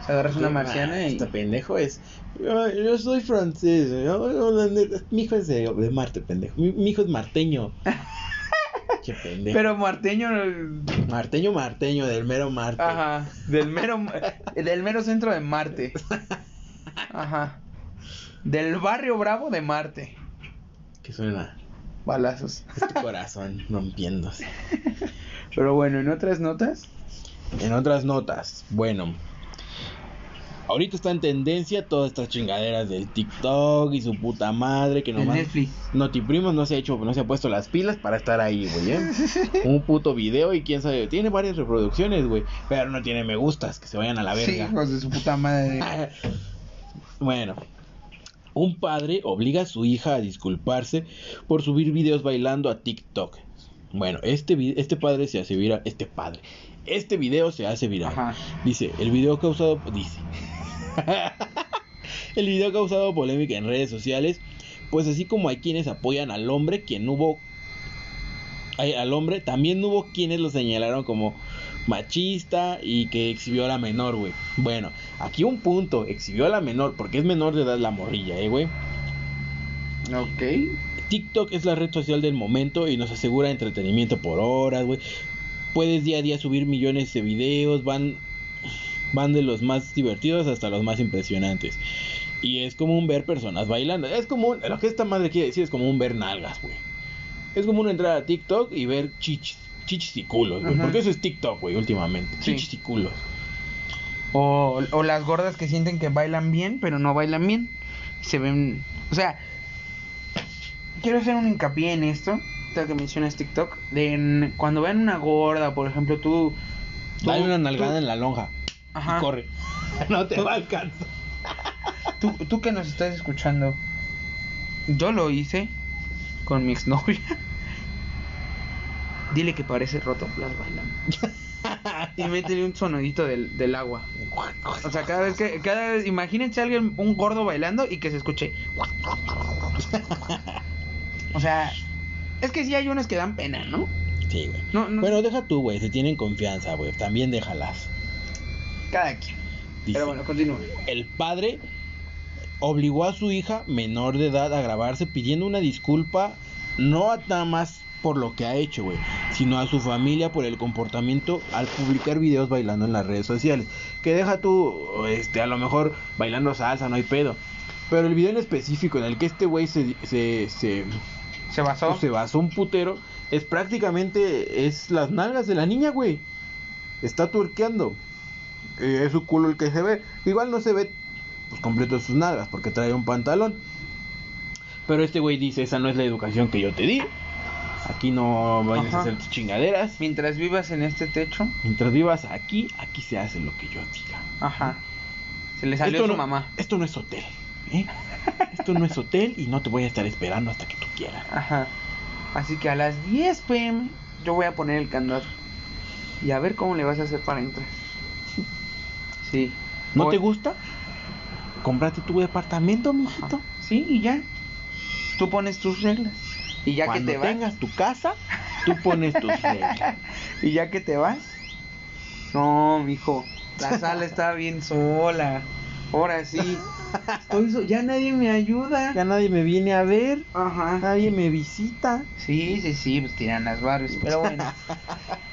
Speaker 2: O sea, agarras una marciana y.
Speaker 1: Este pendejo es. Yo, yo soy francés. yo- yo- la neta, mi hijo es de, de Marte, pendejo. Mi, mi hijo es marteño. Qué pendejo.
Speaker 2: Pero marteño. eh,
Speaker 1: Marteño, marteño, del mero Marte.
Speaker 2: Ajá. Del mero. del mero centro de Marte. Ajá. Del barrio bravo de Marte.
Speaker 1: Que suena.
Speaker 2: Balazos.
Speaker 1: Es tu corazón rompiéndose.
Speaker 2: Pero bueno, en otras notas.
Speaker 1: En otras notas, bueno. Ahorita está en tendencia todas estas chingaderas del TikTok y su puta madre que
Speaker 2: De
Speaker 1: nomás
Speaker 2: Netflix.
Speaker 1: Notiprimo no se ha hecho, no se ha puesto las pilas para estar ahí, güey, ¿eh? Un puto video y quién sabe, tiene varias reproducciones, güey, pero no tiene me gustas, que se vayan a la
Speaker 2: Sí,
Speaker 1: verga.
Speaker 2: hijos de su puta madre.
Speaker 1: Bueno, un padre obliga a su hija a disculparse por subir videos bailando a TikTok. Bueno, este, vi- este padre se hace viral, este padre, este video se hace viral.
Speaker 2: Ajá.
Speaker 1: Dice, el video causado, dice, el video ha causado polémica en redes sociales, pues así como hay quienes apoyan al hombre, quien hubo, ay, al hombre, también hubo quienes lo señalaron como machista y que exhibió a la menor, güey. Bueno, aquí un punto, exhibió a la menor, porque es menor de edad la morrilla, eh, güey.
Speaker 2: Ok.
Speaker 1: TikTok es la red social del momento y nos asegura entretenimiento por horas, güey. Puedes día a día subir millones de videos, van, van de los más divertidos hasta los más impresionantes. Y es común ver personas bailando. Es común, lo que esta madre quiere decir es común ver nalgas, güey. Es común entrar a TikTok y ver chichis, chichis y culos, güey.
Speaker 2: Ajá.
Speaker 1: Porque eso es TikTok, güey, últimamente.
Speaker 2: Sí.
Speaker 1: Chichis y culos.
Speaker 2: O, o las gordas que sienten que bailan bien, pero no bailan bien. Se ven. O sea, quiero hacer un hincapié en esto. ahorita que mencionas TikTok. De en- cuando vean una gorda, por ejemplo, tú. tú-
Speaker 1: Dale una nalgada
Speaker 2: tú-
Speaker 1: en la lonja
Speaker 2: ajá,
Speaker 1: y corre. no te va a alcanzar.
Speaker 2: Tú, tú que nos estás escuchando. Yo lo hice con mi exnovia. Dile que parece rotoplas bailando. y métele un sonodito del, del agua. O sea, cada vez que, cada vez, imagínense a alguien, un gordo bailando y que se escuche. O sea, es que sí hay unas que dan pena, ¿no?
Speaker 1: Sí, güey.
Speaker 2: No, no.
Speaker 1: Bueno, deja tú, güey. Se tienen confianza, güey. También déjalas.
Speaker 2: Cada quien.
Speaker 1: Dice,
Speaker 2: Pero bueno, continúa.
Speaker 1: El padre obligó a su hija menor de edad a grabarse pidiendo una disculpa, no a nada más por lo que ha hecho, güey, sino a su familia por el comportamiento al publicar videos bailando en las redes sociales. Que deja tú, este, a lo mejor bailando salsa, no hay pedo. Pero el video en específico en el que este güey se, se, se,
Speaker 2: Se basó.
Speaker 1: pues, se basó un putero, es prácticamente, es las nalgas de la niña, güey. Está turqueando. Eh, es su culo el que se ve. Igual no se ve, pues, completo sus nalgas, porque trae un pantalón. Pero este güey dice, esa no es la educación que yo te di. Aquí no vayas
Speaker 2: Ajá.
Speaker 1: a hacer tus chingaderas.
Speaker 2: Mientras vivas en este techo,
Speaker 1: Mientras vivas aquí, aquí se hace lo que yo diga.
Speaker 2: ajá. Se le salió
Speaker 1: esto
Speaker 2: su
Speaker 1: no,
Speaker 2: mamá.
Speaker 1: Esto no es hotel, ¿eh? Esto no es hotel y no te voy a estar esperando hasta que tú quieras.
Speaker 2: Ajá. Así que a las 10 pm yo voy a poner el candado. Y a ver cómo le vas a hacer para entrar. Sí.
Speaker 1: ¿No
Speaker 2: Voy-
Speaker 1: te gusta? Comprate tu departamento, mijito.
Speaker 2: Sí, y ya. Tú pones tus reglas. Y ya
Speaker 1: Cuando
Speaker 2: que te vas.
Speaker 1: tengas tu casa, tú pones tus reglas.
Speaker 2: Y ya que te vas. No, mijo. La sala está bien sola. Ahora sí. Estoy so- ya nadie me ayuda.
Speaker 1: Ya nadie me viene a ver,
Speaker 2: Ajá.
Speaker 1: nadie me visita.
Speaker 2: Sí, sí, sí, pues tiran las Barbies, pero bueno.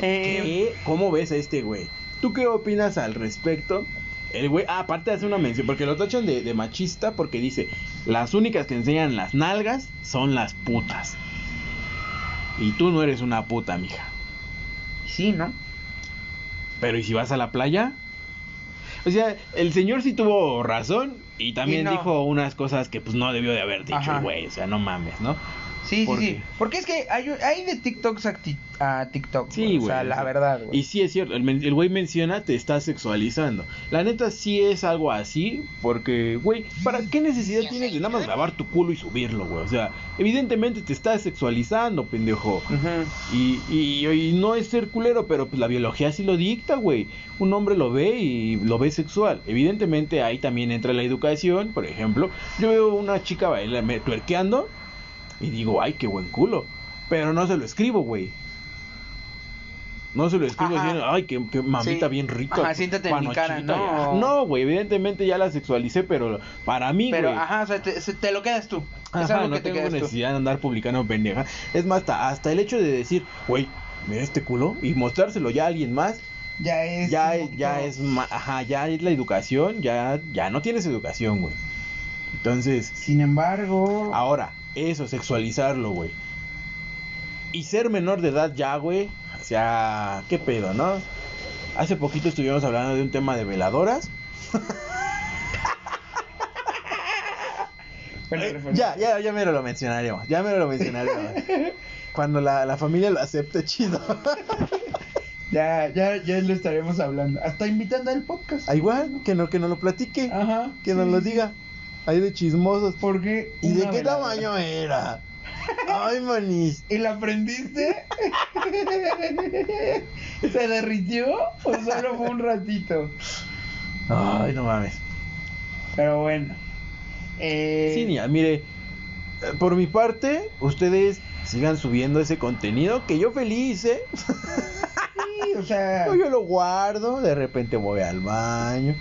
Speaker 2: Eh,
Speaker 1: ¿Qué? ¿Cómo ves a este güey? ¿Tú qué opinas al respecto? El güey, ah, aparte hace una mención, porque lo tachan de, de machista porque dice, las únicas que enseñan las nalgas son las putas. Y tú no eres una puta, mija.
Speaker 2: sí, ¿no?
Speaker 1: Pero ¿y si vas a la playa? O sea, el señor sí tuvo razón y también
Speaker 2: Y no.
Speaker 1: dijo unas cosas que pues no debió de haber dicho,
Speaker 2: Ajá.
Speaker 1: el güey. O sea, no mames, ¿no?
Speaker 2: Sí, sí,
Speaker 1: ¿Por
Speaker 2: sí.
Speaker 1: qué?
Speaker 2: Porque es que hay, hay de TikToks a, ti- a TikTok.
Speaker 1: Sí, güey.
Speaker 2: O sea,
Speaker 1: o
Speaker 2: la
Speaker 1: sea,
Speaker 2: verdad, güey.
Speaker 1: Y sí es cierto, el men- el güey menciona te está sexualizando. La neta sí es algo así, porque, güey, ¿para qué necesidad tienes de nada más grabar tu culo y subirlo, güey? O sea, evidentemente te está sexualizando, pendejo.
Speaker 2: Ujú.
Speaker 1: Y, y, y no es ser culero, pero pues la biología sí lo dicta, güey. Un hombre lo ve y lo ve sexual. Evidentemente ahí también entra la educación, por ejemplo. Yo veo una chica baila- me- tuerqueando y digo, ay, qué buen culo. Pero no se lo escribo, güey. No se lo escribo
Speaker 2: Ajá.
Speaker 1: diciendo, ay, qué, qué mamita
Speaker 2: Sí.
Speaker 1: bien rica.
Speaker 2: Ajá, siéntate en mi
Speaker 1: panochita,
Speaker 2: cara,
Speaker 1: ya".
Speaker 2: no.
Speaker 1: No, güey, evidentemente ya la sexualicé, pero para mí,
Speaker 2: Pero,
Speaker 1: güey.
Speaker 2: ajá, o sea, te, se- te lo quedas tú. es
Speaker 1: Ajá,
Speaker 2: algo
Speaker 1: no
Speaker 2: que te
Speaker 1: tengo
Speaker 2: quedas tú.
Speaker 1: necesidad de andar publicando pendeja. Es más, hasta, hasta el hecho de decir, güey, mira este culo y mostrárselo ya a alguien más,
Speaker 2: Ya es.
Speaker 1: ya,
Speaker 2: un
Speaker 1: es, ya
Speaker 2: poquito-
Speaker 1: es, ma- ajá, ya es la educación, ya, ya no tienes educación, güey. Entonces,
Speaker 2: Sin embargo.
Speaker 1: ahora, eso, sexualizarlo, güey. Y ser menor de edad ya, güey, o sea, qué pedo, ¿no? Hace poquito estuvimos hablando de un tema de veladoras.
Speaker 2: Bueno,
Speaker 1: Eh,
Speaker 2: referencia.
Speaker 1: ya, ya, ya me lo mencionaremos, ya me lo mencionaremos. Cuando la, la familia lo acepte, chido.
Speaker 2: Ya, ya, ya lo estaremos hablando. Hasta invitando al podcast.
Speaker 1: Ah, igual, que no, que no lo platique,
Speaker 2: Ajá.
Speaker 1: que nos
Speaker 2: Ah, sí.
Speaker 1: lo diga. Ahí de chismosos.
Speaker 2: Porque.
Speaker 1: ¿Y de
Speaker 2: una
Speaker 1: qué
Speaker 2: veladora.
Speaker 1: tamaño era? Ay, manis.
Speaker 2: ¿Y la aprendiste? ¿Se derritió? ¿O solo fue un ratito?
Speaker 1: Ay, no mames.
Speaker 2: Pero bueno. Eh,
Speaker 1: Sí, niña, mire, eh, por mi parte, ustedes sigan subiendo ese contenido que yo feliz, ¿eh?
Speaker 2: sí, o sea.
Speaker 1: Yo lo guardo, de repente voy al baño,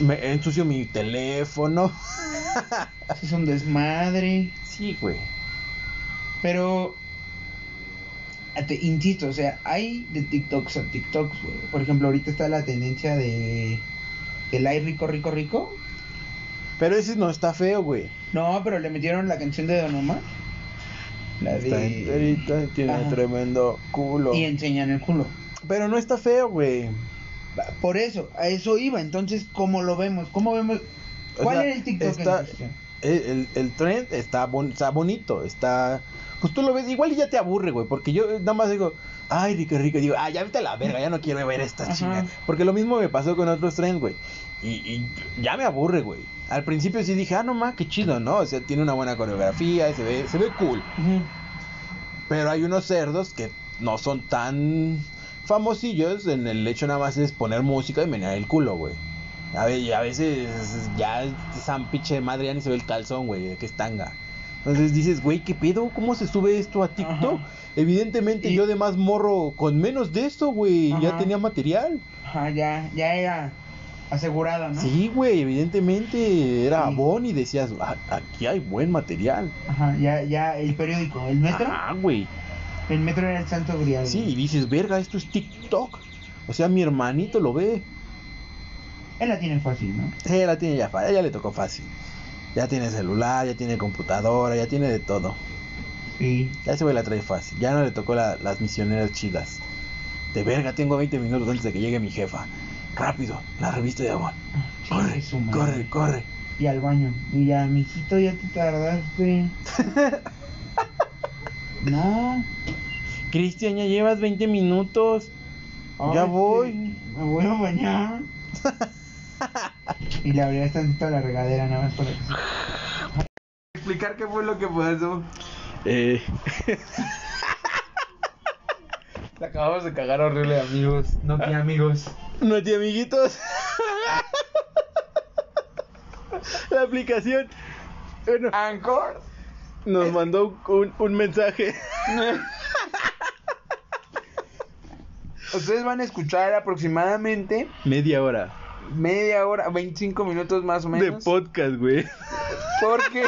Speaker 1: me ensucio mi teléfono.
Speaker 2: Es un desmadre.
Speaker 1: Sí, güey.
Speaker 2: Pero. ah, Te insisto, o sea, hay de TikToks a TikToks, güey. Por ejemplo, ahorita está la tendencia de. El ay rico, rico, rico.
Speaker 1: Pero ese no está feo, güey.
Speaker 2: No, pero le metieron la canción de Don Omar. La
Speaker 1: Está
Speaker 2: de.
Speaker 1: enterita y tiene
Speaker 2: Ajá.
Speaker 1: tremendo culo.
Speaker 2: Y enseñan el culo.
Speaker 1: Pero no está feo, güey.
Speaker 2: Por eso, a eso iba. Entonces, ¿cómo lo vemos? ¿Cómo vemos?
Speaker 1: O
Speaker 2: ¿Cuál
Speaker 1: sea,
Speaker 2: era el TikTok en
Speaker 1: está-
Speaker 2: cuestión?
Speaker 1: El, el- el trend está, bon- está bonito, está... Pues tú lo ves, igual y ya te aburre, güey, porque yo eh, nada más digo, ay, rico, rico, y digo, ah, ya vete a la verga, ya no quiero ver
Speaker 2: Ajá.
Speaker 1: estas chingas. Porque lo mismo me pasó con otros trends, güey. Y, y ya me aburre, güey. Al principio sí dije, ah, no más, qué chido, ¿no? O sea, tiene una buena coreografía, y se ve, se ve cool.
Speaker 2: Ujú.
Speaker 1: Pero hay unos cerdos que no son tan famosillos en el hecho nada más es poner música y menear el culo, güey. A ve- y a veces ya esa pinche madre ya ni se ve el calzón, güey, de que es tanga. Entonces dices, güey, ¿qué pedo? ¿Cómo se sube esto a TikTok?
Speaker 2: Ajá.
Speaker 1: Evidentemente
Speaker 2: Y-
Speaker 1: yo de más morro con menos de esto, güey, ya
Speaker 2: Ajá.
Speaker 1: tenía material.
Speaker 2: Ajá, ya, ya era asegurada, ¿no?
Speaker 1: Sí, güey, evidentemente era
Speaker 2: Sí.
Speaker 1: Bon y decías, "Ah, aquí hay buen material.
Speaker 2: Ajá, ya, ya, el periódico, el metro,
Speaker 1: Ah, güey.
Speaker 2: el metro era el santo grial.
Speaker 1: Sí, y dices, verga, esto es TikTok. O sea, mi hermanito lo ve.
Speaker 2: Él la tiene fácil, ¿no?
Speaker 1: Sí, la tiene ya, fa- ya le tocó fácil. Ya tiene celular, ya tiene computadora, ya tiene de todo.
Speaker 2: Sí.
Speaker 1: Ya ese güey la trae fácil. Ya no le tocó la- las misioneras chidas. De verga, tengo 20 minutos antes de que llegue mi jefa. Rápido, la revista de amor. Corre,
Speaker 2: Chingue su madre.
Speaker 1: corre, corre.
Speaker 2: Y al baño. Y ya, mijito, ya te tardaste. no.
Speaker 1: Cristian, ya llevas 20 minutos. Ya
Speaker 2: Ay,
Speaker 1: voy.
Speaker 2: Me voy a bañar. y le abrías tantito la regadera nada más para que se-
Speaker 3: Explicar qué fue lo que pasó.
Speaker 1: Eh,
Speaker 2: La acabamos de cagar horrible, amigos. No tiene amigos.
Speaker 1: no, tío, amiguitos. la aplicación. Bueno,
Speaker 2: Anchor.
Speaker 1: nos mandó un, un mensaje.
Speaker 2: Ustedes van a escuchar aproximadamente
Speaker 1: Media hora
Speaker 2: media hora, 25 minutos más o
Speaker 1: de
Speaker 2: menos.
Speaker 1: podcast, güey.
Speaker 2: porque.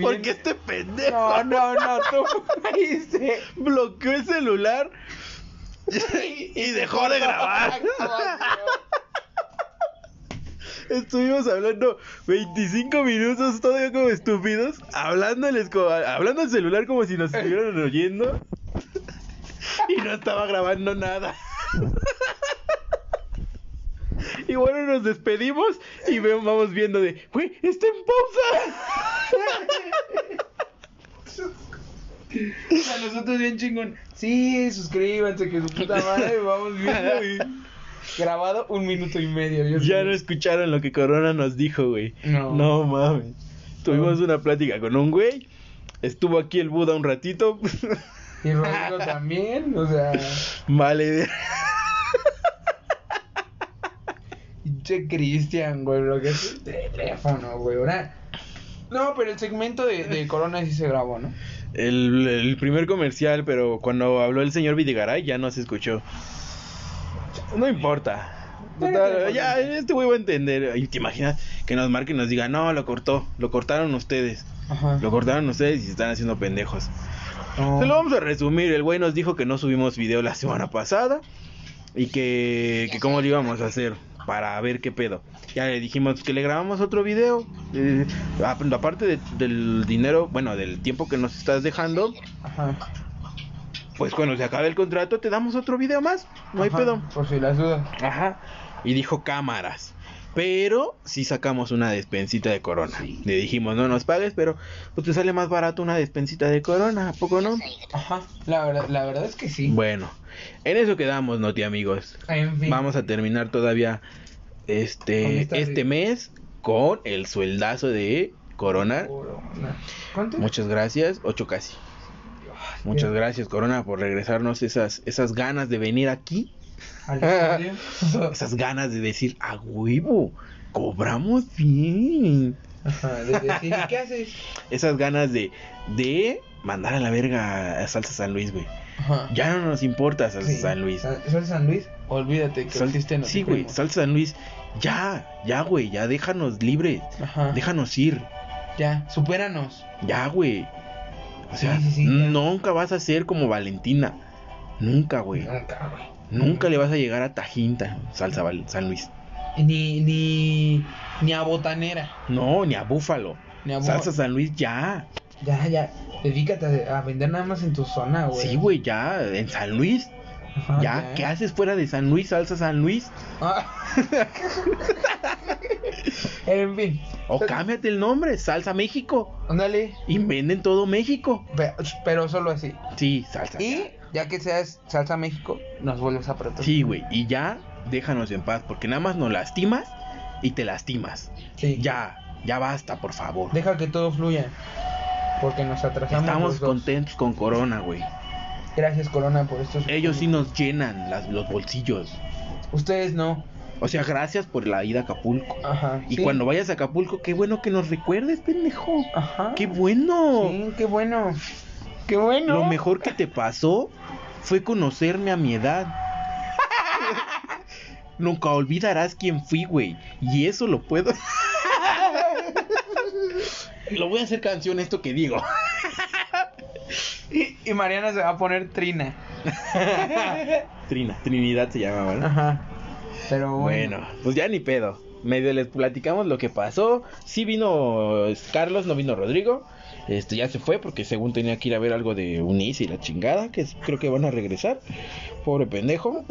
Speaker 1: Porque este pendejo
Speaker 2: No, no, no, tú fuiste.
Speaker 1: bloqueó el celular y dejó de grabar. Estuvimos hablando 25 minutos todavía como estúpidos, hablándoles co- hablando al celular como si nos estuvieran oyendo. Y no estaba grabando nada. Y bueno, nos despedimos y ve- vamos viendo de, güey, está en pausa.
Speaker 2: A nosotros bien chingón. Sí, suscríbanse, que su puta madre. Vamos viendo. Y... Grabado un minuto y medio. yo
Speaker 1: Ya
Speaker 2: creo.
Speaker 1: no escucharon lo que Corona nos dijo, güey.
Speaker 2: No.
Speaker 1: No mames. Tuvimos una plática con un güey. Estuvo aquí el Buda un ratito.
Speaker 2: Y Rodrigo también. O sea,
Speaker 1: Vale.
Speaker 2: che Cristian, güey, lo que es el teléfono, güey. ahora. No, pero el segmento de, de Corona sí se grabó, ¿no?
Speaker 1: El, el primer comercial, pero cuando habló el señor Vidigaray ya no se escuchó. No importa. Total, ya, este güey va a entender. Y te imaginas que nos marque y nos diga, no, lo cortó, lo cortaron ustedes.
Speaker 2: Ajá.
Speaker 1: Lo cortaron ustedes y se están haciendo pendejos.
Speaker 2: No.
Speaker 1: Se lo vamos a resumir. El güey nos dijo que no subimos video la semana pasada y que, que cómo lo íbamos a hacer para ver qué pedo. Ya le dijimos que le grabamos otro video. eh, a- aparte de- del dinero, bueno, del tiempo que nos estás dejando,
Speaker 2: Ajá.
Speaker 1: pues cuando se acabe el contrato te damos otro video más. No hay
Speaker 2: Ajá,
Speaker 1: pedo.
Speaker 2: Por si las dudas.
Speaker 1: Ajá. Y dijo cámaras. Pero sí sacamos una despensita de corona. Le dijimos, no nos pagues, pero pues te sale más barato una despensita de corona, ¿a poco no?
Speaker 2: Ajá. La verdad, la verdad es que sí.
Speaker 1: Bueno, en eso quedamos, Noti amigos.
Speaker 2: En fin.
Speaker 1: Vamos a terminar todavía
Speaker 2: Con
Speaker 1: este,
Speaker 2: esta
Speaker 1: este
Speaker 2: de-
Speaker 1: mes con el sueldazo de Corona.
Speaker 2: Oh. Corona. ¿Cuánto?
Speaker 1: Muchas gracias, ocho casi. Muchas
Speaker 2: Bien.
Speaker 1: gracias, Corona, por regresarnos esas, esas ganas de venir aquí.
Speaker 2: Al estudio.
Speaker 1: Esas ganas de decir, a huevo, cobramos bien.
Speaker 2: Ajá, de decir, ¿y ¿qué haces?
Speaker 1: Esas ganas de, de mandar a la verga a Salsa San Luis, güey.
Speaker 2: Ajá.
Speaker 1: Ya no nos importa Salsa
Speaker 2: Sí.
Speaker 1: San Luis.
Speaker 2: Sa- Sol San Luis, olvídate que
Speaker 1: Sal- este
Speaker 2: existe no
Speaker 1: sí,
Speaker 2: te
Speaker 1: güey,
Speaker 2: creemos.
Speaker 1: Salsa San Luis. Ya, ya, güey, ya déjanos libres.
Speaker 2: Ajá.
Speaker 1: Déjanos ir.
Speaker 2: Ya, supéranos.
Speaker 1: Ya, güey. O sea,
Speaker 2: Sí, sí, sí, ya.
Speaker 1: nunca vas a ser como Valentina. Nunca, güey.
Speaker 2: Nunca, güey. Ah,
Speaker 1: Nunca le vas a llegar a Tajinta, Salsa Val- San Luis.
Speaker 2: Ni, ni, ni a botanera.
Speaker 1: No, ni a Búfalo.
Speaker 2: Ni a Ah, bo-
Speaker 1: Salsa San Luis, ya.
Speaker 2: Ya, ya. Dedícate a, a vender nada más en tu zona, güey. Ah,
Speaker 1: Sí, güey, ya. En San Luis.
Speaker 2: Ajá,
Speaker 1: ya. ¿Qué haces fuera de San Luis, Salsa San Luis?
Speaker 2: Ah. en fin.
Speaker 1: O cámbiate el nombre, Salsa México.
Speaker 2: Ándale.
Speaker 1: Y venden todo México.
Speaker 2: Pe- Pero solo así.
Speaker 1: Sí, salsa.
Speaker 2: Y ya que seas Salsa México, nos vuelves a preguntar.
Speaker 1: Sí, güey, y ya déjanos en paz, porque nada más nos lastimas y te lastimas.
Speaker 2: Sí.
Speaker 1: Ya, ya basta, por favor.
Speaker 2: Deja que todo fluya. Porque nos atrasamos.
Speaker 1: Estamos
Speaker 2: los dos.
Speaker 1: contentos con Corona, güey.
Speaker 2: Gracias, Corona, por estos.
Speaker 1: Ellos sí nos llenan las- los bolsillos.
Speaker 2: Ustedes no.
Speaker 1: O sea, gracias por la ida a Acapulco.
Speaker 2: Ajá.
Speaker 1: Y
Speaker 2: Ah, sí.
Speaker 1: cuando vayas a Acapulco, qué bueno que nos recuerdes, pendejo.
Speaker 2: Ajá.
Speaker 1: Qué bueno.
Speaker 2: Ah, Sí, qué bueno. Qué bueno.
Speaker 1: Lo mejor que te pasó fue conocerme a mi edad. Nunca olvidarás quién fui, güey. Y eso lo puedo. lo voy a hacer canción esto que digo.
Speaker 2: Y, y Mariana se va a poner trina.
Speaker 1: Trina, Trinidad se llamaba, ¿no?
Speaker 2: Ajá. Pero bueno.
Speaker 1: Ah, Bueno, pues ya ni pedo. Medio les platicamos lo que pasó. Sí vino eh, Carlos, no vino Rodrigo. Este ya se fue porque según tenía que ir a ver algo de Unice y la chingada, que es- creo que van a regresar. Pobre pendejo.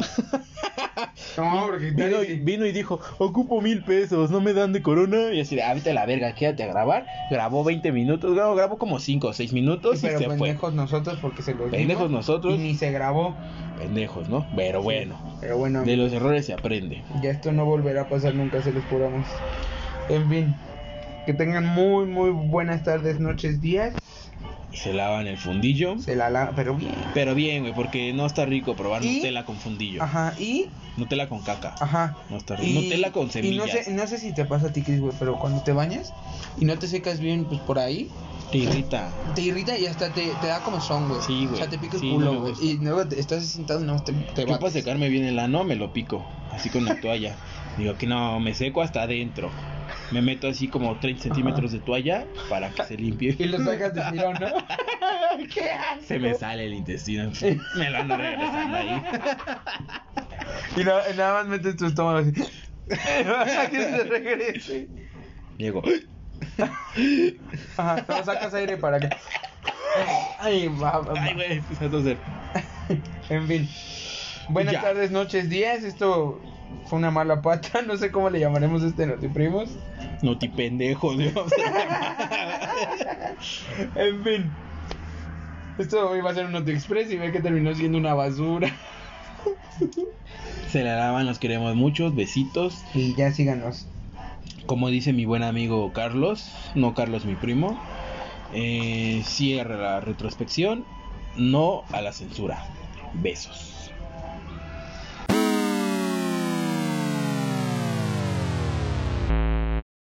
Speaker 2: No, porque
Speaker 1: Vino, y- vino y dijo, ocupo mil pesos, no me dan de corona. Y así, de, "Ah, vete a la verga, quédate a grabar. Grabó 20 minutos, no, grabó como 5 o 6 minutos y
Speaker 2: pero
Speaker 1: se fue.
Speaker 2: pendejos nosotros porque se lo
Speaker 1: Pendejos nosotros.
Speaker 2: Y ni se grabó.
Speaker 1: Pendejos, ¿no? Pero bueno,
Speaker 2: Pero bueno,
Speaker 1: de los errores se aprende.
Speaker 2: ya esto no volverá a pasar nunca, se los juramos. En fin, que tengan muy, muy buenas tardes, noches, días.
Speaker 1: Y se lavan el fundillo.
Speaker 2: Se la la... Pero bien.
Speaker 1: Pero bien, güey, porque no está rico probar
Speaker 2: ¿Y?
Speaker 1: Nutella con fundillo.
Speaker 2: Ajá, Ah. y...
Speaker 1: Nutella con caca.
Speaker 2: Ajá.
Speaker 1: No está rico. Nutella con
Speaker 2: y no
Speaker 1: semillas.
Speaker 2: sé, no sé si te pasa a ti, Cris, güey, pero cuando te bañas y no te secas bien, pues por ahí,
Speaker 1: Te irrita.
Speaker 2: te irrita y hasta te, te da como son, güey.
Speaker 1: Sí, güey.
Speaker 2: O sea, te pica el
Speaker 1: Sí, no
Speaker 2: culo,
Speaker 1: me
Speaker 2: güey.
Speaker 1: gusta.
Speaker 2: Y luego te, estás sentado y no te, te
Speaker 1: Yo
Speaker 2: bates.
Speaker 1: para secarme bien el ano me lo pico, así con la toalla. Digo que no, me seco hasta adentro. Me meto así como 30 centímetros de toalla para que se
Speaker 2: Y
Speaker 1: limpie.
Speaker 2: lo sacas de tirón, ¿no? ¿Qué haces?
Speaker 1: Se me sale el intestino. Me lo ando regresando ahí.
Speaker 2: Y na- y nada más metes tu estómago así. Para que se regrese.
Speaker 1: Digo,
Speaker 2: Ajá, pero sacas aire para que. Ay, va, va, va.
Speaker 1: ay, güey, se va a hacer.
Speaker 2: En fin. Buenas
Speaker 1: Ya.
Speaker 2: tardes, noches, días. Esto fue una mala pata. No sé cómo le llamaremos a este Notiprimos.
Speaker 1: No ti pendejo, Dios.
Speaker 2: En fin. Esto iba a ser un Noti Express y ve que terminó siendo una basura.
Speaker 1: Se la lavan, los queremos muchos, besitos.
Speaker 2: Y ya síganos.
Speaker 1: Como dice mi buen amigo Carlos, no Carlos mi primo, eh, cierra la retrospección, no a la censura. Besos.